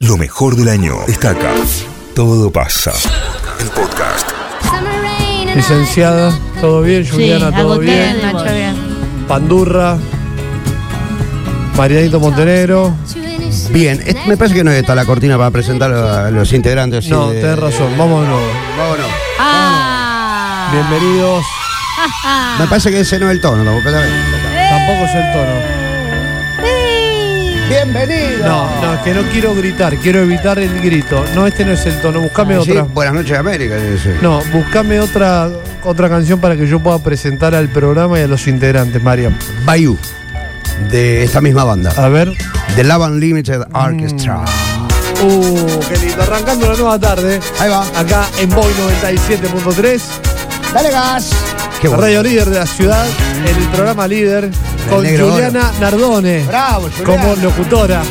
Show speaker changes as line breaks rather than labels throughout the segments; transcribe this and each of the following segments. Lo mejor del año está acá. Todo pasa. El podcast.
Licenciada, todo bien, Juliana, todo bien.
Nacho, bien.
Pandurra, Marianito Montenegro.
Bien, es- me parece que no está la cortina para presentar a los integrantes.
no,
así de-
tenés razón, vámonos.
Vámonos.
Ah.
Bienvenidos.
Me parece que ese no es el tono. tampoco, pero está bien.
Tampoco es el tono.
Bienvenido.
No, no, es que no quiero gritar, quiero evitar el grito. No, este no es el tono, buscame
Ah, Sí,
otra.
buenas noches, América. dice.
No, buscame otra, otra canción para que yo pueda presentar al programa y a los integrantes, Mariam.
Bayou, de esta misma banda,
A ver.
The Love Unlimited
Mm.
Orchestra.
Uh, qué lindo. Arrancando la nueva tarde.
Ahí va.
Acá en Boy 97.3.
Dale gas. Qué
La
bueno.
Radio líder de la ciudad, el programa líder, con
negro
Juliana Nardone
Bravo, Juliana.
como locutora.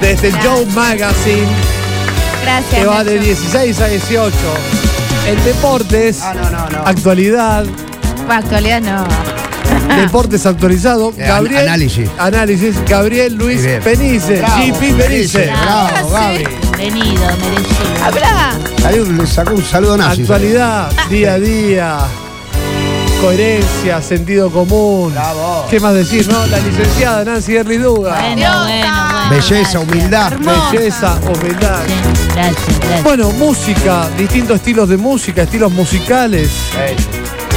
Desde el Joe Magazine,
Gracias.
que va
Nacho.
de 16 a 18. En deportes,
Ah, no, no, no.
actualidad,
Bueno, actualidad no.
deportes actualizado.
Eh, an-
Gabriel,
análisis.
Análisis, Gabriel Luis
Muy bien.
Penice,
Bravo,
GP Penice.
Penice. Bravo, Gaby.
Ah, Venido, merecido.
Habla.
Salió- le sacó un saludo nazi.
Actualidad, día a día, coherencia, sentido común.
Bravo.
¿Qué más decir, no? La licenciada Nancy Herli Duga.
Bueno, bueno, bueno.
Belleza,
gracias.
humildad.
Hermosa.
Belleza, humildad.
Sí, Gracias, gracias.
Bueno, música, distintos estilos de música, estilos musicales.
Ey,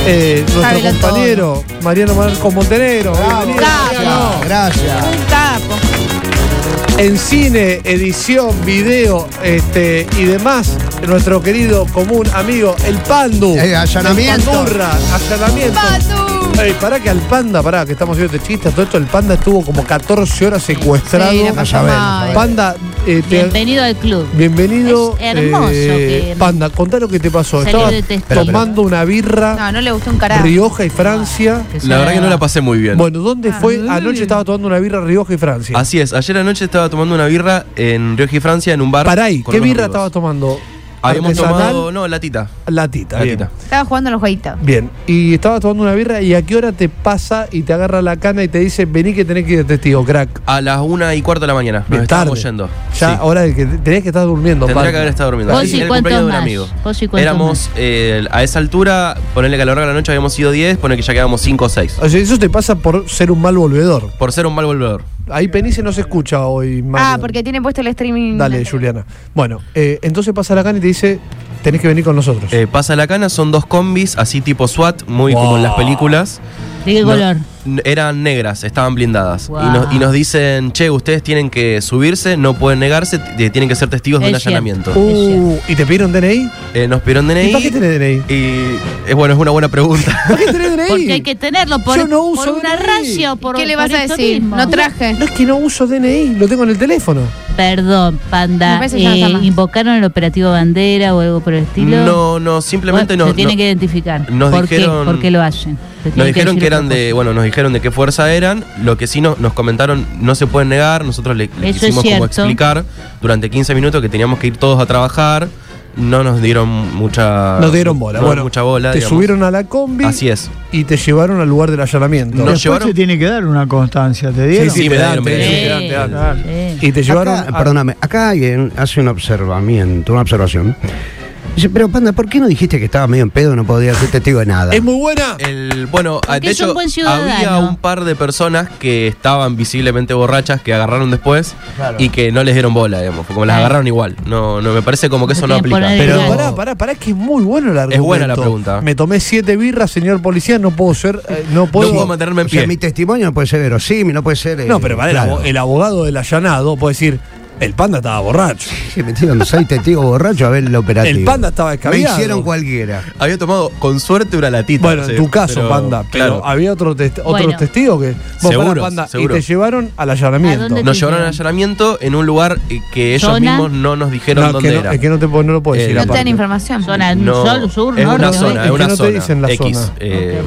Eh, nuestro
Bailó
compañero Mariano Marco Montenegro.
bravo,
bienvenido,
gracias,
Mariano.
gracias.
Un capo.
En cine, edición, video este, y demás, nuestro querido común amigo, el Pandu.
Eh, allanamiento.
El Pandurra, allanamiento.
Patu.
Ey, pará que al panda, pará, que estamos viendo este chiste, todo esto, el panda estuvo como 14 horas secuestrado.
Sí, la pasó
Allá
mal.
ven, Panda, eh, te-
Bienvenido al club.
Bienvenido. eh,
Es hermoso que-
Panda, contá lo que te pasó.
Salir
Estabas
de testigo.
tomando una birra,
No, no le gustó un carajo.
Rioja y Francia.
La verdad que no la pasé muy bien.
Bueno, ¿dónde fue?
Ah.
Anoche estaba tomando una birra Rioja y Francia.
Así es, ayer anoche estaba tomando una birra en Rioja y Francia en un bar.
Pará ahí,
con
¿qué
unos
birra
amigos.
estabas tomando?
Habíamos
Artesanal,
tomado, no, latita.
latita. bien.
Latita.
Estaba jugando a los jueguitos.
Bien, y estabas tomando una birra y a qué hora te pasa y te agarra la cana y te dice, vení que tenés que ir de testigo, crack.
A las una y cuarta de la mañana. Nos
Bien,
estábamos yendo.
Ya,
Sí.
hora de que tenías que estar durmiendo.
Tendría
Panda.
que haber estado durmiendo.
Vos
Así,
y
era el
cuántos
cumpleaños de
más.
un amigo.
Vos y cuántos
Éramos,
más.
eh, a esa altura, ponerle que a lo largo de la noche habíamos sido 10, poner que ya quedábamos 5 o 6.
O sea, eso te pasa por ser un mal volvedor.
Por ser un mal volvedor.
Ahí Penice no se escucha hoy.
Ah,
Marian.
porque tiene puesto el streaming.
Dale, Juliana. Bueno, eh, entonces pasa la cana y te dice, tenés que venir con nosotros.
Eh, pasa la cana, son dos combis, así tipo SWAT, muy
Wow.
como en las películas.
¿De qué
No,
color?
n- eran negras, estaban blindadas.
Wow.
Y, nos, y nos dicen, che, ustedes tienen que subirse, no pueden negarse, t- eh, tienen que ser testigos de un
Es cierto.
allanamiento.
Uh, ¿y te pidieron DNI?
Eh, nos pidieron DNI.
¿Y para qué tenés DNI?
y, eh, bueno, es una buena pregunta.
¿Para qué tenés DNI?
Porque hay que tenerlo por,
Yo no
por
uso
una
DNI.
ratio, por
¿Qué le
por
vas a
esto
decir?
mismo.
No traje.
No es que no uso DNI, lo tengo en el teléfono.
Perdón,
Me
panda.
parece que ya no está
eh,
más.
¿Invocaron el operativo bandera o algo por el estilo?
No, no, simplemente
Bueno,
no.
Se tiene
no-
que identificar.
nos
¿Por
dijeron-
qué? ¿Por qué lo hacen? Se
Nos
tiene
dijeron
decir
que eran
otra
de,
cosa.
bueno, nos dijeron de qué fuerza eran, lo que sí no- nos comentaron, no se pueden negar, nosotros le, le
Eso es
quisimos como
cierto.
explicar durante 15 minutos que teníamos que ir todos a trabajar, no nos dieron mucha...
no te dieron bola.
Ah, no,
bueno,
mucha bola.
te
digamos.
subieron a la combi
Así es.
y te llevaron al lugar del allanamiento.
Nos
Después
llevaron-
se tiene que dar una constancia, ¿te
Sí,
dieron?
sí,
Sí, me
te dan,
dieron,
te
me
dieron,
dieron.
te dan, Ah, te dan.
Sí,
Eh,
sí.
Y te llevaron...
Acá,
a-
perdóname, acá alguien hace un observamiento, una observación. Dice, pero Panda, ¿por qué no dijiste que estaba medio en pedo, no podía ser testigo de nada?
Es muy buena.
El, bueno,
Porque
de
es un
hecho,
buen ciudadano.
había un par de personas que estaban visiblemente borrachas que agarraron después y que no les dieron bola, digamos. Fue Como las
Claro.
agarraron igual. No, no me parece como que
No
eso no
quieren
aplica.
poner
Pero
Claro.
pará, pará, pará, que es muy bueno el argumento.
buena la pregunta.
Me tomé siete birras, señor policía, no puedo ser... eh, no
no
puedo...
puedo mantenerme en
O sea,
pie.
mi testimonio no puede ser verosímil, no puede ser. eh,
No, pero para el
claro.
abo- el abogado del allanado puede decir, el panda estaba borracho.
Sí, metieron seis testigos borrachos a ver el operativo.
El Panda estaba
Me
escabeado.
hicieron cualquiera.
Había tomado con suerte una latita.
Bueno,
no sé,
en tu caso,
pero-
Panda, pero
Claro.
había otro test- otros
Bueno.
testigos que. Vos, pará,
Seguro,
Panda,
seguro.
y te llevaron al allanamiento.
¿A dónde
Nos llevaron al
dijeron?
allanamiento en un lugar eh, que ellos
Zona.
mismos no nos dijeron
No,
dónde
que no,
era.
es que no te po- no lo puedes
Eh,
decir.
no
No te
aparte.
dan información.
Zona
No,
sol, sur,
es
norte.
una
oeste.
zona,
Es
es
que
una
no te
zona.
dicen la
X.
zona.
Eh,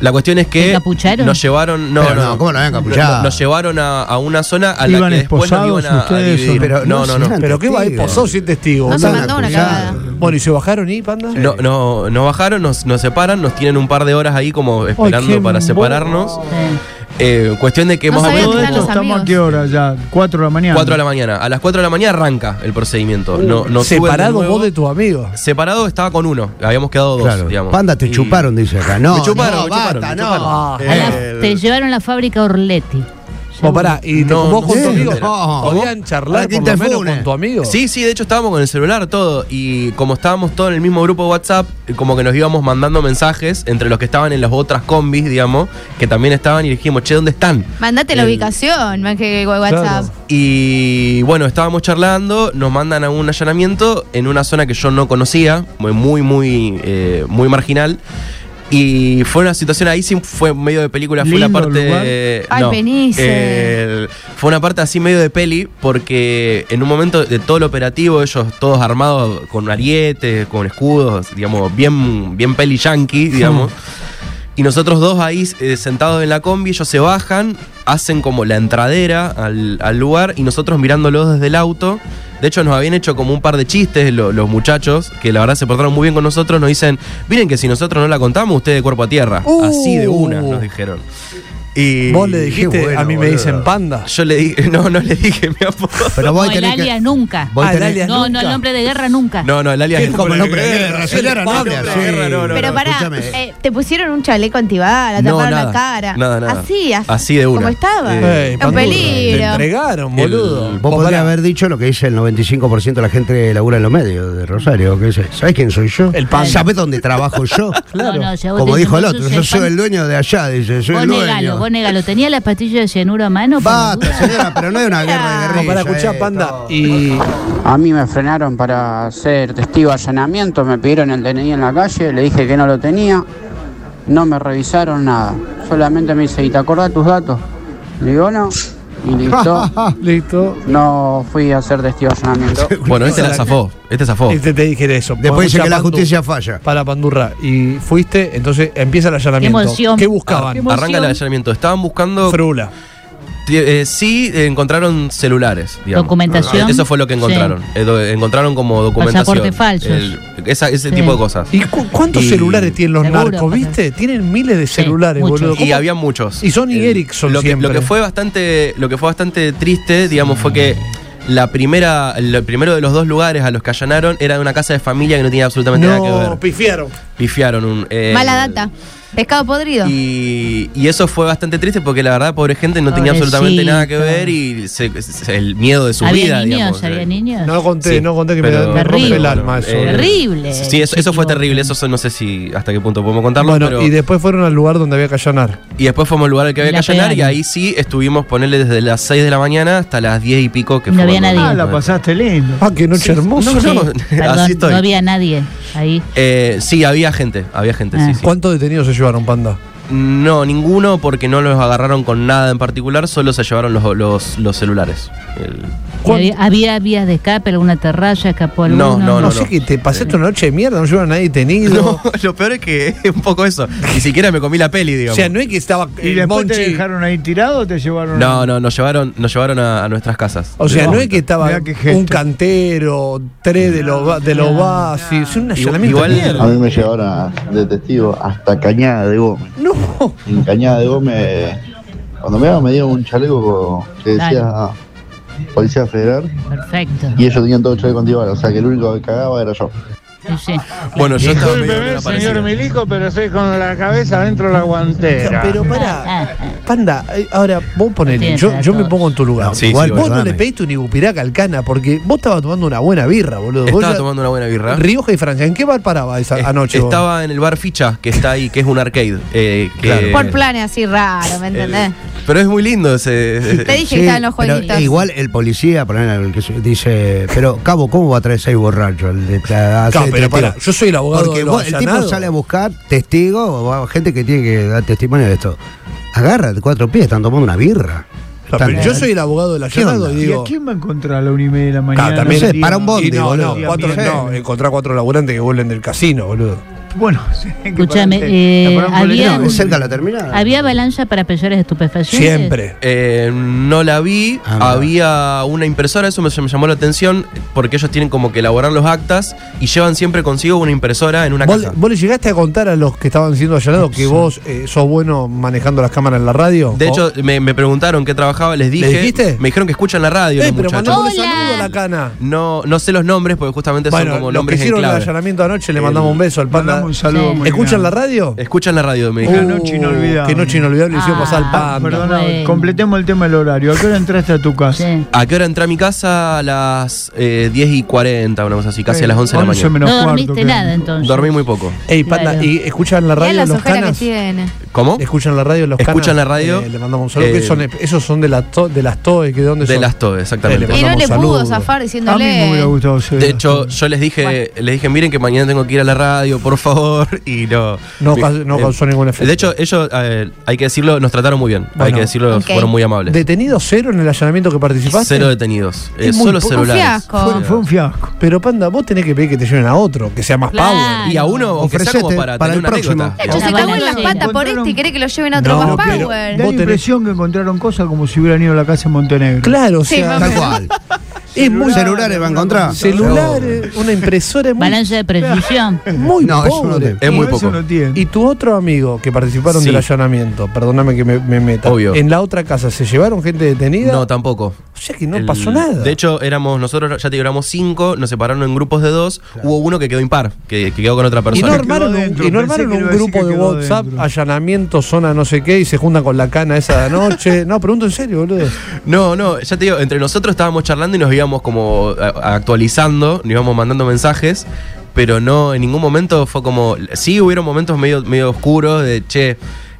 La cuestión es
¿Te
que
encapucharon?
nos llevaron, no,
Pero
no,
no, ¿cómo lo habían encapuchado?
Nos, nos llevaron a, a una zona a la
¿Iban
que después nos
esposados
iban a, a
ustedes o no?
dividir. Pero no, no, no.
eran
Pero qué va,
testigos.
posó sin testigo.
No se
boludo.
mandó una
acusados.
cagada.
Bueno, ¿y se bajaron y, Panda?
No, no, nos bajaron, nos, nos separan, nos tienen un par de horas ahí como esperando
qué
para separarnos.
Sí.
Eh, cuestión de que
No
más o
sabía
menos
que
Todo
están
esto
los
estamos a
amigos.
qué hora ya, 4 de la mañana.
4 de la mañana. A las 4 de la mañana arranca el procedimiento. no, no suben
Separado
nuevo.
vos de tus amigos.
Separado estaba con uno. Habíamos quedado dos,
Claro.
digamos.
Panda, te
Y-
chuparon, dice acá. No,
Me chuparon,
no,
me
basta,
chuparon, me
no.
chuparon.
Eh,
A la- te llevaron a la fábrica Orletti.
Ah, Vos pará, y te-
No,
vos
no
con
sé,
tu amigo
no.
podían charlar
Martín
por lo menos
Tafune.
con tu amigo.
Sí, sí, de hecho estábamos con el celular todo y como estábamos todos en el mismo grupo de WhatsApp, como que nos íbamos mandando mensajes entre los que estaban en las otras combis, digamos, que también estaban y dijimos, che, ¿dónde están?
Mandate la
El-
ubicación, más que WhatsApp.
Y bueno, estábamos charlando, nos mandan a un allanamiento en una zona que yo no conocía, muy, muy, muy, eh, muy marginal. Y fue una situación ahí, sí fue medio de película, fue la
Lindo
parte.
lugar.
eh,
Ay, Benice.
el- fue una parte así medio de peli, porque en un momento de todo el operativo, ellos todos armados con arietes, con escudos, digamos, bien, bien peli yankee, digamos. Y nosotros dos ahí eh, sentados en la combi, ellos se bajan, hacen como la entradera al, al lugar y nosotros mirándolos desde el auto. De hecho, nos habían hecho como un par de chistes lo- los muchachos, que la verdad se portaron muy bien con nosotros. Nos dicen, miren que si nosotros no la contamos, ustedes de cuerpo a tierra.
Uh.
Así de una, nos dijeron. Y
Vos le dijiste,
bueno,
a mí me
boludo.
dicen panda.
Yo le dije, no, no le dije mi apodo.
Pero
No,
vos
el
tenés
alias
que.
nunca.
Vos
Ah, el
tenés-
alias
No, no, el nombre de guerra nunca.
No, no, el alias
¿Qué
es
nombre
como
de guerra?
Sí, ahora no
Pablo,
habla,
pero-
sí.
no, no,
Pero
no,
pará,
escúchame.
eh, te pusieron un chaleco antibala, te
No,
taparon la
nada,
cara.
nada, nada.
Así, así.
Así de una.
Como estaba.
Eh,
Ey,
un
Panduro, Te
peligro.
entregaron, boludo.
El-
Vos
Vos
podrías
pará,
haber dicho lo que dice el 95% de la gente que labura en los medios de Rosario. Que dice, ¿Sabés quién soy yo?
El pan.
¿Sabés dónde trabajo yo?
Claro. No, no, ya vos
Como
te
dijo el
dicen,
otro,
vos sos
yo
el
soy
pan.
el dueño de allá, dice, soy
Vos
el
negalo,
dueño.
vos negalo. ¿Tenía las pastillas de cianuro a mano?
Basta,
Panduro?
señora, pero no es una guerra
Ah.
de guerrilla.
Pará, escuchá,
eh,
panda.
todo.
Y
A mí me frenaron para ser testigo de allanamiento, me pidieron el DNI en la calle, le dije que no lo tenía, no me revisaron nada, solamente me dice, ¿y te acordás tus datos? Le digo, no, y listo,
listo.
no fui a ser testigo de allanamiento.
Bueno, este la zafó, este zafó.
Y te, te dije eso.
Después dice
Escuchá,
que la
Pandu,
justicia falla.
Para Pandurra. Y fuiste, entonces empieza el allanamiento.
Qué emoción.
¿Qué
Qué
buscaban?
emoción.
Arranca el allanamiento. Estaban buscando
Frula.
Sí, eh, sí eh, encontraron celulares. digamos.
Documentación.
Eh, Eso fue lo que encontraron. Eh, do- encontraron como documentación.
Pasaporte falsos.
El- esa- ese
Sí.
tipo de cosas. Y,
¿Y cu- cuántos
Y-
celulares tienen los
Seguro,
narcos?
papá.
¿Viste? Tienen miles de celulares,
muchos.
boludo. ¿Cómo-
había muchos.
Y Sony
Eh,
Ericsson
lo que,
siempre.
Lo que fue bastante, lo que fue bastante triste, digamos, fue que la primera, el primero de los dos lugares a los que allanaron era de una casa de familia que no tenía absolutamente nada que
No,
ver.
pifiaron.
Pifiaron un. eh,
Mala data. Pescado podrido.
Y, y eso fue bastante triste porque la verdad, pobre gente, no tenía
Pobrecito.
absolutamente nada que ver y se- se- el miedo de su vida,
Había
digamos.
niños, había
eh.
niños.
No lo conté,
Sí,
no conté que
pero-
me, me rompe el
Terrible.
alma eso.
Eh,
Terrible.
Sí, eso, eso fue
Chico.
terrible. Eso son- no sé si hasta qué punto podemos contarlo,
bueno,
pero.
y después fueron al lugar donde había que allanar.
y después fuimos al lugar al que había
La
que allanar y
pegaron.
ahí sí estuvimos ponerle desde las 6 de la mañana hasta las 10 y pico que
No
fue
había
cuando-
nadie.
Ah, la pasaste lindo.
Ah, qué noche hermosa.
no,
Sí,
no,
perdón,
así estoy.
no había nadie ahí.
Eh, sí, había gente, había gente,
Ah.
sí, sí.
¿Cuántos detenidos se llevaron, Panda?
No, ninguno porque no los agarraron con nada en particular, solo se llevaron los, los, los celulares. El-
¿Cuán-
Había, había vías de escape, alguna terraza, escapó
No,
alguno.
no,
No,
no,
sé que te pasaste una noche de mierda, no llevaron a nadie detenido.
No, lo peor es que es un poco eso. Ni siquiera me comí la peli, digamos.
O sea, no es que estaba
¿Y
eh,
después te
Monchi-
dejaron ahí tirado o te llevaron?
no, no, nos llevaron, nos llevaron a, a nuestras casas.
O sea, no es que estaba
Mirá qué gesto.
un cantero, tres de los ba- de los basis, es un allanamiento
Igual-
de mierda.
A mí me llevaron a- de testigo hasta Cañada de Gómez.
No,
En Cañada de Gómez, cuando me daban, me dieron un chaleco que decía Policía Federal
Perfecto.
y ellos tenían todo el chaleco antibala, o sea que el único que cagaba era yo.
Sí, sí.
Bueno, yo estaba medio en una parecida.
Milico, pero estoy con la cabeza dentro de la guantera.
pero pará,
Ah, ah.
panda, eh, ahora vos ponele,
Tiene
yo,
para
yo me
todos.
pongo en tu lugar.
No, sí,
Igual
sí,
vos no
perdóname.
le pediste un ibupiraca al cana, porque vos estabas tomando una buena birra, boludo. Vos
Estaba
ya-
tomando una buena birra.
Rioja y Francia, ¿en qué bar paraba esa
Es-
anoche? vos?
Estaba en el bar Ficha, que está ahí, que es un arcade. eh, que-
Claro.
Por planes así raro, ¿me
el-
entendés?
pero es muy lindo ese.
Te dije que estaban los
pero,
jueguitos.
eh, igual el policía por ejemplo, el que se- dice, pero Cabo, ¿cómo va a traer seis borrachos? El de- a- a-
No,
a-
pero
testigo?
pará, yo soy el abogado
Porque
de los
vos- el tipo
allanados.
sale a buscar testigos o a gente que tiene que dar testimonio de esto. Agarra de cuatro pies, están tomando una birra.
O sea, pero
Están-
yo soy el abogado del
¿Qué
allanado
onda?
y
¿Y a
digo.
quién va a encontrar a la una y media de la mañana?
Claro, también
no sé,
día?
para un bondi,
y no,
boludo.
no, eh. cuatro,
Bien.
no, encontrar cuatro laburantes que vuelven del casino, boludo.
Bueno, sí, hay que
Escúchame,
pararse.
eh,
La paramos
había
con el-
un-
cerca la terminal.
ah. ¿Había avalancha para peyores estupefacientes?
Siempre.
Eh, no la vi,
Ah, mira.
había una impresora, eso me, me llamó la atención, porque ellos tienen como que elaborar los actas y llevan siempre consigo una impresora en una
¿Vos,
caja.
vos le llegaste a contar a los que estaban siendo allanados que vos eh, sos bueno manejando las cámaras en la radio? Oh.
De
¿O-
hecho, me, me preguntaron qué trabajaba, les dije.
dijiste?
Me dijeron que escuchan la radio,
Eh,
los
pero
muchachos.
mandamos un
Hola.
saludo a la cana.
No, no sé los nombres porque justamente son
Bueno,
como
los que
nombres en
hicieron el
clave.
allanamiento anoche le mandamos un beso al panda.
Mandamos un saludo
Sí.
muy
¿Escuchan la
grande.
radio?
Escuchan la radio,
Uh.
me
Una
dijeron.
noche inolvidable.
Qué noche inolvidable le hicieron
Ah,
pasar al
Ah,
panda.
Perdona,
Bueno.
completemos el tema del horario. ¿A qué hora entraste a tu casa?
Sí.
¿A qué hora entré a mi casa? A las eh, 10 y 40, una cosa así, casi a
Eh,
las 11 de la mañana.
menos
No
cuarto,
dormiste
creo.
nada entonces.
Dormí muy poco.
Ey, panda,
Claro.
¿y escuchan la
Mirá
radio
las
los
ojeras
canas?
que tiene.
¿Cómo?
¿Escuchan la radio los canas?
Escuchan la radio.
Eh, le mandamos un saludo.
Eh,
¿Qué son? esos son de, la to- de las TOE, que ¿de dónde
De
son?
las TOE, exactamente.
Eh,
Y no
mandamos
le pudo
saludos.
zafar
A mí me hubiera
diciéndole.
gustado
pues.
ser.
De hecho, yo les dije, les dije, miren que mañana tengo que ir a la radio, por favor, y no.
No
Mi-
caus- no
eh,
causó ningún efecto.
De hecho, ellos, eh, hay que decirlo, nos trataron muy bien. hay
Bueno.
que decirlo,
Ok.
fueron muy amables.
¿Detenido cero en el allanamiento que participaste?
Cero detenidos. eh,
Es muy
solo
poco.
Un
celulares.
fiasco.
fue, fue un fiasco.
Pero panda, vos tenés que pedir que te lleven a otro, que sea más
Claro.
power.
Y a uno, aunque sea como
Ofrecete
para,
para
tener
el
una
próximo.
anécdota.
De hecho,
Una
se cagó en las
balacera.
patas por este y cree que lo lleven a otro
No,
más
pero-
power.
Da la
Vos tenés-
impresión que encontraron cosas como si hubieran ido a la casa en Montenegro.
Claro,
Sí,
o sea,
mamá.
Tal cual.
es muy
Celulares va a encontrar.
Celulares, una impresora es muy,
Avalancha de precisión.
muy
No, eso no
pobre.
Es muy
Eso
poco.
no tiene.
Y tu otro amigo que participaron
Sí.
del allanamiento, perdóname que me, me meta.
Obvio.
En la otra casa, ¿se llevaron gente detenida?
No, tampoco.
o sea que no
El-
pasó nada.
De hecho, éramos, nosotros ya te digo, éramos cinco, nos separaron en grupos de dos, hubo uno que quedó impar, que, que quedó con otra
y no
persona.
armaron,
Quedó
un,
dentro,
y no
pensé
armaron
que
un
iba a decir
grupo
que
de
quedó
WhatsApp,
dentro.
allanamiento, zona no sé qué, y se juntan con la cana esa de anoche. no, pregunto en serio, boludo.
No, no, ya te digo, entre nosotros estábamos charlando y nos íbamos como a- actualizando, nos íbamos mandando mensajes, pero no, en ningún momento fue como. Sí, hubieron momentos medio, medio oscuros de che.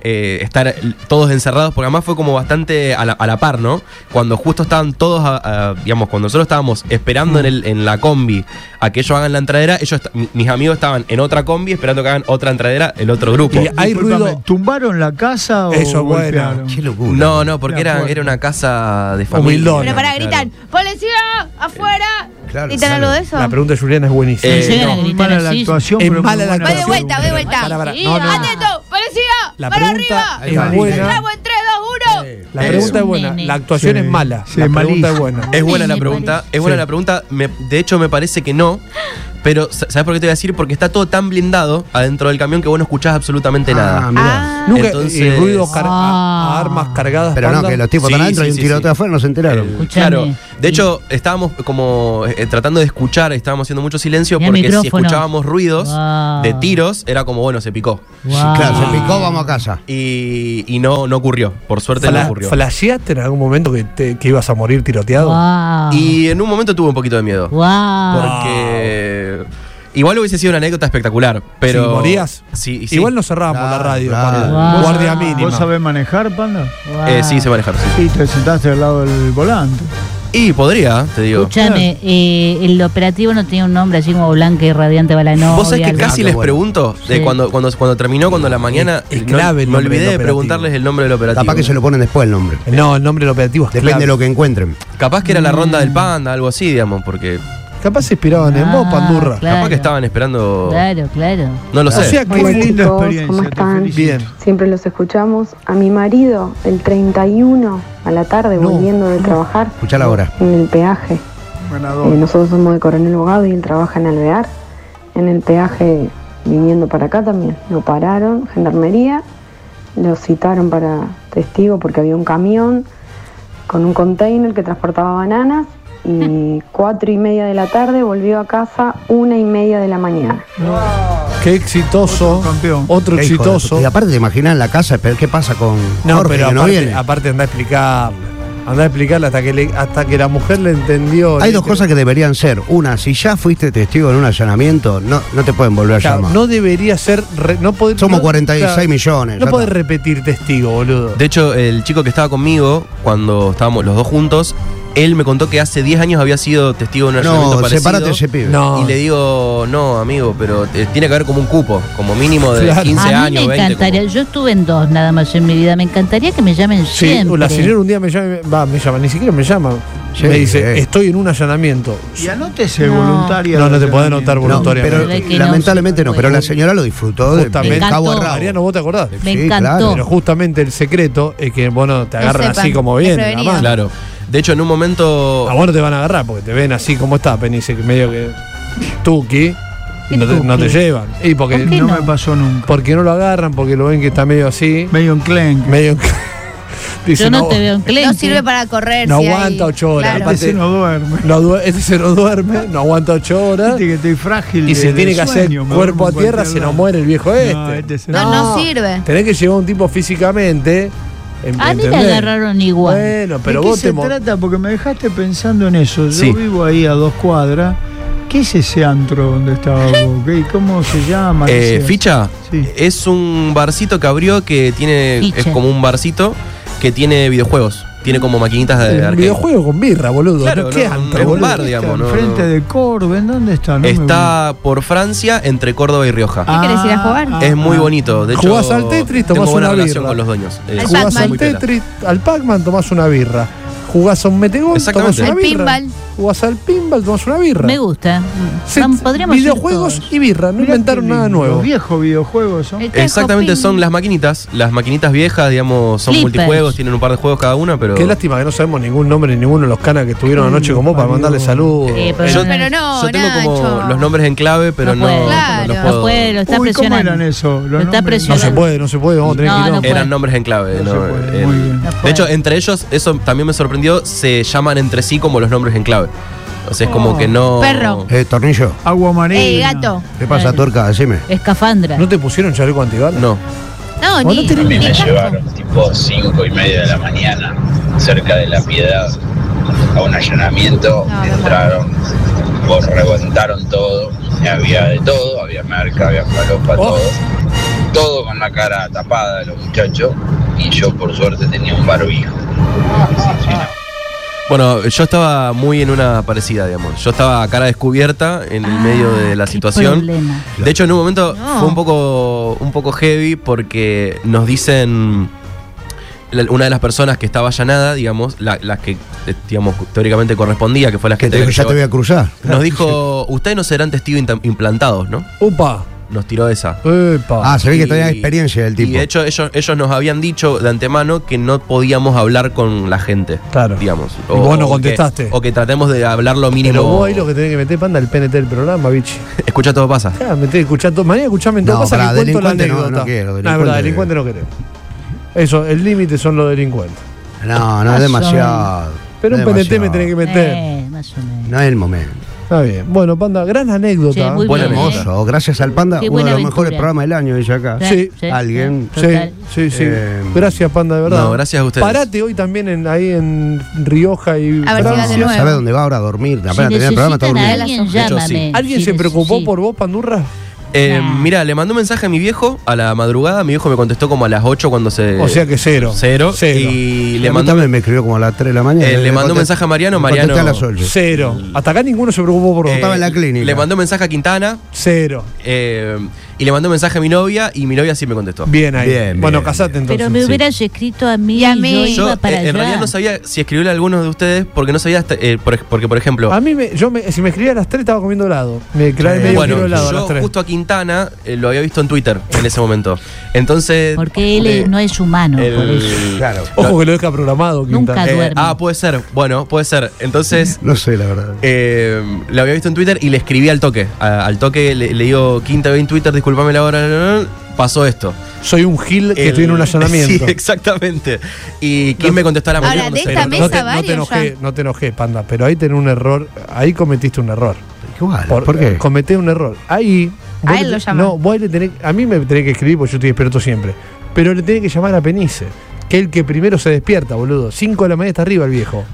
eh, estar todos encerrados, porque además fue como bastante a la, a la par, ¿no? Cuando justo estaban todos, a- a- digamos, cuando nosotros estábamos esperando en, el, en la combi a que ellos hagan la entradera, ellos, est- mi- mis amigos estaban en otra combi esperando que hagan otra entradera, el otro grupo.
Y hay
Disculpame,
ruido.
¿Tumbaron la casa o
Eso es bueno.
golpearon?
Qué locura.
No, no, porque
De
era,
acuerdo.
era una casa de familia.
Humildona.
Pero para
Claro.
gritar, ¡Policía! ¡Afuera!
Claro,
¿Gritan
claro.
algo de eso?
La pregunta de Juliana es buenísima.
Eh,
Llegan a
Muy
gritar
mala la
así.
actuación,
Es
pero muy
mala la
buena
Va de
actuación.
vuelta, va de vuelta.
Pará, pará. No, no.
¡Atento! ¡Policía!
La
¡Para
pregunta Ah. Eh,
arriba!
es buena.
¡Rabo en 3, 2, 1!
La
Es
pregunta es
un
buena,
nene.
la actuación
Sí.
es mala.
Sí,
la pregunta
malísima.
es buena.
Es buena
Sí,
la
me
pregunta,
parece.
es buena
Sí.
la pregunta. me- de hecho, me parece que no. Pero, sa- ¿sabes por qué te voy a decir? Porque está todo tan blindado adentro del camión que vos no escuchás absolutamente
Ah,
nada. Eh,
mirá.
Nunca
Entonces-
y ruido car- a,
Ah.
a armas cargadas.
Pero no,
panda.
que los tipos
Sí,
están adentro
sí,
y un
sí,
tiroteo
sí.
afuera no se enteraron.
Eh,
Escuchame.
claro. De hecho, estábamos como eh, tratando de escuchar, estábamos haciendo mucho silencio
Mirá el
porque si
micrófono.
escuchábamos ruidos
Wow.
de tiros, era como, bueno, se picó.
Wow.
Claro, se picó, vamos a casa.
Y, y no, no ocurrió. Por suerte
Fla-
no ocurrió.
¿Flasheaste en algún momento que, te- que ibas a morir tiroteado?
Wow.
Y en un momento tuve un poquito de miedo.
Ah. Wow.
Porque. Igual hubiese sido una anécdota espectacular, pero.
Si morías.
Sí, y sí.
Igual no cerrábamos
Claro,
la radio,
claro.
panda.
Wow.
guardia
¿Vos
mínima.
¿Vos sabés manejar, panda?
Wow.
Eh, sí, se manejaron. sí.
Sí, te sentaste al lado del volante.
Y podría, te digo.
Escúchame, eh, el operativo no tenía un nombre así como Blanca y Radiante Balanova.
Vos sabés que
algo.
casi
qué
les
Ah,
bueno.
pregunto, de
Sí.
cuando, cuando, cuando terminó, cuando la mañana,
Es- es
no-
clave el
me
nombre
olvidé
del
de
operativo.
preguntarles el nombre del operativo.
Capaz que se lo ponen después el nombre.
No, el nombre del operativo es
Depende de
clave.
lo que encuentren.
Capaz que era la ronda
Mm.
del panda, algo así, digamos, porque
Capaz se inspiraban en vos,
Ah,
pandurra.
claro.
capaz que estaban esperando...
Claro, claro.
No lo
O
sé.
sea,
Muy
que
linda experiencia, te felicito.
Bien.
Siempre los escuchamos. A mi marido, el 31 a la tarde,
No.
volviendo de trabajar
Escuchá la hora.
en el peaje.
Ganador.
Eh, nosotros somos de Coronel Bogado y él trabaja en Alvear. En el peaje, viniendo para acá también, lo pararon, gendarmería, lo citaron para testigo porque había un camión con un container que transportaba bananas y cuatro y media de la tarde volvió a casa una y media de la mañana.
Qué exitoso.
Otro campeón.
Otro
Qué hijo de
exitoso.
puta. Y aparte te imaginas en la casa, pero ¿qué pasa con
No,
Jorge
pero
que no
aparte,
viene?
aparte anda a explicarle. Anda a explicarle hasta que, le- hasta que la mujer le entendió.
Hay
le-
dos cosas que deberían ser. Una, si ya fuiste testigo en un allanamiento, no, no te pueden volver a
Claro,
llamar.
no debería ser. re- no pod-
Somos
no-
46
claro,
millones.
No
ya
podés
está.
repetir testigo, boludo.
De hecho, el chico que estaba conmigo, cuando estábamos los dos juntos, él me contó que hace 10 años había sido testigo de un allanamiento
no,
parecido.
sepárate ese pibe.
No.
Y le digo, no, amigo, pero eh, tiene que haber como un cupo, como mínimo de
Claro.
15
A mí
años,
me
20. como-
encantaría, yo estuve en dos nada más en mi vida, me encantaría que me llamen
Sí,
siempre.
la señora un día me llama, y me- va, me llama, ni siquiera me llama.
Sí,
me dice,
sí.
estoy en un allanamiento.
Y anótese
No.
voluntaria.
No,
del
no te podés
entrenamiento.
anotar voluntariamente.
pero
Pero es que no,
lamentablemente no,
se
pero la
puede.
señora lo disfrutó de,
Justamente.
de cabo a
Me encantó.
rabo.
Mariano, vos te acordás.
Me
Sí,
encantó.
claro.
Pero justamente el secreto es que, bueno, te agarran
sepan,
así como
es
bien. de la
prevenido.
mano.
Claro. De hecho, en un momento.
A vos no te van a agarrar porque te ven así como está, Penice, que medio que tuki, y no te, no te
tuki?
llevan. Y porque
¿Por qué
No
no?
me pasó nunca.
porque no lo agarran, porque lo ven que está medio así,
Medio enclenque.
medio en-
Yo
Dicen,
no te veo en
No
Clenque.
sirve para correr.
No
si hay-
aguanta ocho horas,
Claro.
aparte-
Ese no duerme.
no due- este se no duerme, no aguanta ocho horas.
Viste que estoy frágil.
Y
de-
si
de
tiene que hacer
sueño, me
cuerpo a
duermo en
tierra,
cualquier
se nos
lado.
muere el viejo este.
No, este se-
No, no sirve.
Tenés que llevar un tipo físicamente. en-
Ah,
A mí me
¿entendés?
agarraron igual.
Bueno, pero
¿De qué
vos
se
te. mo-
trata? Porque me dejaste pensando en eso. Yo
Sí.
vivo ahí a dos cuadras. ¿Qué es ese antro donde estaba vos? ¿Qué- ¿Cómo se llama? ¿Qué
Eh,
se-
Ficha
Sí.
es un barcito que abrió que tiene.
Ficha.
Es como un barcito que tiene videojuegos. Tiene como maquinitas
Un
de arcade.
videojuego con birra, boludo.
Claro,
¿Qué
no,
antro,
es un
boludo?
bar, digamos, no,
Frente
no.
de Corben, ¿dónde está? No me acuerdo.
Está por Francia, entre Córdoba y Rioja.
Ah,
querés ir a jugar?
ah,
es muy
ah.
bonito. De hecho,
Jugás al Tetris, tomás
tengo buena
una
relación
birra.
con los dueños. Eh,
Al
Jugás
son
Pac-Man.
al
muy piola.
Tetris, al Pac-Man tomás una birra. Jugás a un metegol, tomás
Exactamente.
una
Al
birra.
pinball.
Jugás al pinball, tomás una birra.
Me gusta.
Se-
Vamos, podríamos ir
videojuegos
todos.
y birra, no
Mirá
inventaron
qué
nada
lindo,
nuevo.
Viejos videojuegos son.
Está el
Exactamente,
Hopin.
son las maquinitas. Las maquinitas viejas, digamos, son
Flippers.
multijuegos, tienen un par de juegos cada una, pero.
Qué lástima que no sabemos ningún nombre ni ninguno de los canas que estuvieron anoche con vos para
parió.
mandarle saludos.
Eh, pero
Yo-
no,
Pero no,
Yo tengo como
Nacho.
los nombres en clave, pero no,
puede.
no
Claro.
los
No
puedo.
puede, lo está
Uy, ¿Cómo
presionando.
eran eso? Los
Lo está
nombres.
no se
presionando.
puede, no se puede, vamos a tener
No,
que ir.
no puede.
Eran nombres en clave.
No
¿no?
se puede,
El-
muy bien. No
de
puede.
hecho, entre ellos, eso también me sorprendió, se llaman entre sí como los nombres en clave. O sea, es como que no.
Perro.
Eh, tornillo,
Agua amarilla.
Ey, gato.
¿qué pasa,
Claro.
Turca? Decime.
Escafandra.
¿No te pusieron chaleco antibalas?
No.
No,
Vos
ni.
no tenés
ni
ni-
casco.
tipo 5 y media de la mañana, cerca de la piedad, a un allanamiento,
No, me
entraron, vos reventaron todo, y había de todo, había merca, había falopa,
Oh.
todo, todo con la cara tapada de los muchachos, y yo por suerte tenía un barbijo.
Bueno, yo estaba muy en una parecida, digamos. Yo estaba a cara descubierta en el
Ah,
medio de la
qué
situación.
problema.
De hecho, en un momento
No.
fue un poco, un poco heavy porque nos dicen la- una de las personas que estaba allanada, digamos, la, la que eh, digamos, teóricamente correspondía, que fue la
Que
gente
te-
que
ya te voy
llevó-
a cruzar.
nos dijo, ustedes no serán testigos intam- implantados, ¿no?
Upa,
Nos tiró esa.
epa.
Ah, se ve que
Y-
tenía experiencia el tipo.
Y de hecho, ellos, ellos nos habían dicho de antemano que no podíamos hablar con la gente.
Claro.
Digamos.
Y vos no
que-
contestaste.
o que tratemos de hablar lo mínimo.
Pero vos ahí lo que tenés que meter, panda, el PNT del programa, bichi.
Escucha todo pasa.
Ya, meté, escuchá todo. Mañana escuchame en todo
No,
pasa
pará,
que cuento la
delincuente no-
anécdota.
no quiero,
es verdad, delincuente
delincuente-
no queremos. Eso, el límite son los delincuentes.
No, no es demasiado.
Pero
no
un
es
PNT me
demasiado.
tenés que meter.
Eh, más o menos.
No es el momento.
Está bien. Bueno, panda, gran
Che,
anécdota.
muy
Buena
bien,
hermosa.
eh.
Hermoso. Gracias al Panda,
Qué
uno de
buena
los mejores
aventura.
programas del año, dice acá.
Sí.
Alguien.
Sí,
total.
sí, sí.
Eh,
gracias, Panda, de verdad.
No, gracias a ustedes.
Parate hoy también en, ahí en Rioja y
A ver si va de nuevo.
¿Sabe dónde va ahora a dormir?
Si
Apenas tenía el programa, está
necesitan a
durmiendo.
alguien,
De
hecho, sí.
llámame.
¿Alguien
Si
se preocupó
necesitan-
por vos, Pandurra?
Eh,
Nah.
Mira, le mandó un mensaje a mi viejo a la madrugada. Mi viejo me contestó como a las 8 cuando se.
o sea que cero.
Eh, Cero.
Cero.
Y
A
le
mí
mandó,
también me escribió como a las 3 de la mañana.
eh, le mandó
contesté-
un mensaje a Mariano.
le
Mariano.
contesté a las 8.
Cero. Hasta acá ninguno se preocupó por vos.
eh,
estaba en la clínica.
Le mandó un mensaje a Quintana.
Cero.
eh, y le mandó un mensaje a mi novia. Y mi novia sí me contestó.
Bien ahí.
Bien,
bueno,
bien,
casate entonces.
Pero me hubieras escrito a mí
Y a
y yo
mí.
Yo,
iba
eh,
para
en
allá.
realidad no sabía si escribirle a algunos de ustedes porque no sabía hasta- eh, por ej- porque por ejemplo
A mí, me, yo me, si me escribía a las 3, estaba comiendo helado. Me clavé
Sí.
medio
bueno,
kilo de helado a las
yo
3.
justo a Quintana eh, lo había visto en Twitter en ese momento. Entonces.
Porque él
eh,
no es humano.
el-
por eso.
Claro.
Ojo que lo deja programado,
Nunca
Quintana.
eh,
duerme.
ah, puede ser. Bueno, puede ser. Entonces.
No sé, la verdad.
eh, lo había visto en Twitter y le escribí al toque. A- al toque le, le digo, Quinta, ve en Twitter, disculpame la hora. la, la, la". Pasó esto.
Soy un gil que
El-
estoy en un allanamiento.
Sí, exactamente. ¿Y quién me contestó a la mañana?
Ahora,
No
de
sé,
esta
no-
mesa
no, te, no,
varios
te enojé,
ya.
no te enojé, panda, pero ahí tenés un error. Ahí cometiste un error.
Igual, ¿Por, qué?
Cometé un error. Ahí.
A
vos
él
le-
lo llamás.
No, vos le tenés, a mí me tenés que escribir porque yo estoy despierto siempre. Pero le tenés que llamar a Penice, que es el que primero se despierta, boludo. 5 de la mañana está arriba el viejo.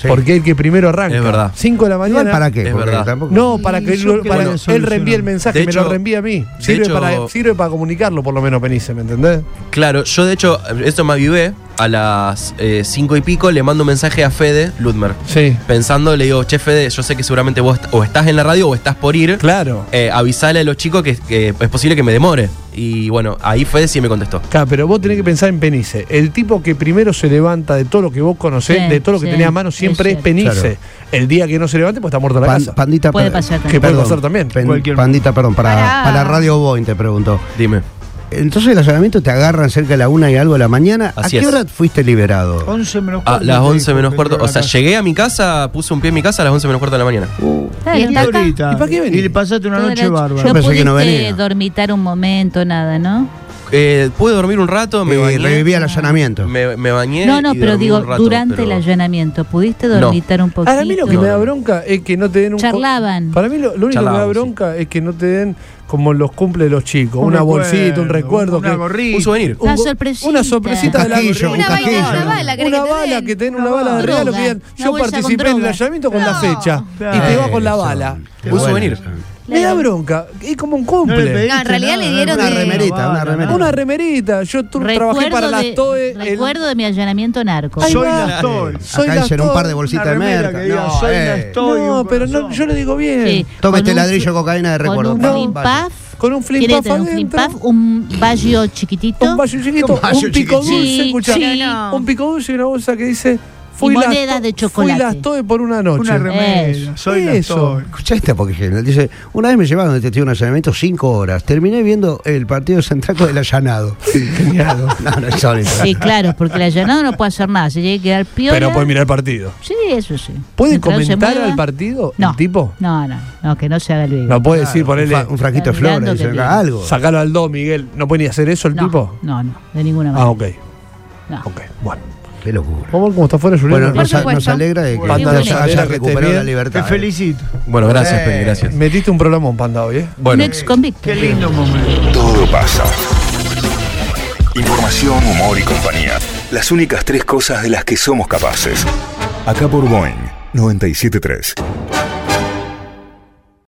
Sí.
Porque es el que primero arranca.
Es verdad.
5 de la mañana.
Igual, ¿Para qué?
Es
Porque
verdad.
tampoco-
No, para que
Y
él,
yo
lo-
creo
para-
que lo
él
solucionó.
reenvíe el mensaje,
De
me
hecho-
lo reenvía a mí.
de
Sirve,
hecho-
para, sirve para comunicarlo, por lo menos, Penice, ¿me entendés?
Claro, yo de hecho, eso me avivé a las 5 y pico le mando un mensaje a Fede Ludmer.
Sí.
Pensando, le digo, che Fede, yo sé que seguramente vos est- o estás en la radio o estás por ir.
Claro.
Eh, avisale a los chicos que, que es posible que me demore. Y bueno, ahí Fede sí me contestó.
Claro, pero vos tenés que pensar en Penice. El tipo que primero se levanta de todo lo que vos conocés,
Sí,
de todo lo que
sí,
tenés a mano,
es
siempre es,
cierto.
Penice. El día que no se levante, pues está muerta la
Pan-
casa.
pandita,
Puede
per-
pasar también.
Que puede
perdón.
pasar también.
Pen-
Cualquier-
pandita, perdón, para,
Pará.
para Radio Boeing te pregunto.
Dime.
Entonces el allanamiento te agarran cerca de la una y algo de la mañana.
Así
¿A qué
es.
hora fuiste liberado?
11 menos
A Ah,
cuarto
las
te
11
dijo
menos
que
cuarto.
entró a
O
la
sea,
casa. Uh.
llegué a mi casa, puse un pie en mi casa a las 11 menos cuarto de la mañana.
Claro,
Y
está acá.
ahorita.
¿Y para qué venís?
Y le pasaste una
Toda
noche
la-
bárbara.
No
pensé que no
pudiste
venía.
dormitar un momento, nada, ¿no?
Eh, pude dormir un rato, me
Eh,
bañé.
reviví el allanamiento.
Me, me bañé.
No, no,
y
pero
dormí
digo,
un rato,
durante el
pero-
allanamiento, ¿pudiste dormitar un poquito?
Ahora, a mí lo que me da bronca es que no te den un. co-
Charlaban.
Para mí lo, lo único que me da
Charlábamos,
bronca es que no te den como los cumple de los chicos.
Un
una
recuerdo,
bolsita, un recuerdo.
una
que-
gorrita.
Un souvenir.
Una
go-
sorpresita.
Una sorpresita
Un
de la gorrita.
casquillo, un Una vaina, casquillo.
una bala, ¿querés
Una
que te
bala
den?
que te den, una bala de
Droga,
regalo. que digan,
una
Yo
bolsa con
participé en el
droga.
allanamiento con la fecha. Y te
Eh,
Claro.
va con la bala.
Qué
Un
bueno
souvenir.
eso.
Me da bronca. Es como un
No le
cumple.
pediste
No, en realidad
nada,
le dieron
nada,
de-
nada,
Una
remerita,
nada,
una
nada.
remerita.
una remerita. Yo tu- trabajé para
de-
las TOE. en-
Recuerdo de mi allanamiento narco.
Ahí
Soy
va.
la Story.
Soy
Acá hicieron un
Gastón,
par de
Una
bolsitas de
remera
merca.
que diga, soy la
eh.
Story,
No,
un
pero no,
corazón.
yo le digo bien.
Sí,
Toma
con
este
un
ladrillo
fli-
de cocaína de recuerdo.
Con un
No,
flim
vaya.
puff.
Con un flim
Tiene que
puff
tener un flim
adentro.
puff, un vallo chiquitito.
Un vaso chiquito,
Un vaso
un pico
chiquitito.
dulce,
Sí,
escuchá,
sí.
Un pico dulce y una bolsa que dice. Fui
Y
las
monedas
to-
de chocolate.
Fui las todas por una noche.
Una remera.
Eso.
Soy la
Eso.
Story.
Escuchaste, porque general, dice, una vez me llevaron de testigo de un allanamiento cinco horas. Terminé viendo el partido Santaco del allanado. Genial. no, no, sorry.
Sí, claro, porque el allanado no puede hacer nada. Se tiene que quedar piola.
Pero puede mirar el partido.
Sí, eso sí.
¿Puede
Mientras no se
comentar
mueva.
al partido
No.
el tipo?
No, no, no, que no se haga el video.
No puede decir,
Un,
ponele.
fra- un franquito de
Está mirando
flores, dice,
que
acá,
tiene.
algo.
Sacalo al do, Miguel. ¿No puede ni hacer eso el
no,
tipo?
No, no, de ninguna manera.
Ah, ok.
No.
Ok, bueno.
Qué locura.
Vamos a ver cómo está afuera, Julián.
Bueno, nos, a-
supuesto.
nos alegra de que
Panda,
Panda
nos
haya
alegra que estés
recuperado
bien.
la
Te
libertad. eh.
felicito. Eh,
Bueno, gracias, Penny, gracias.
Metiste un programa en panda hoy, ¿eh?
Un
Bueno,
ex convicto.
Qué lindo momento.
Todo pasa. Información, humor y compañía. Las únicas tres cosas de las que somos capaces. Acá por Boeing 973.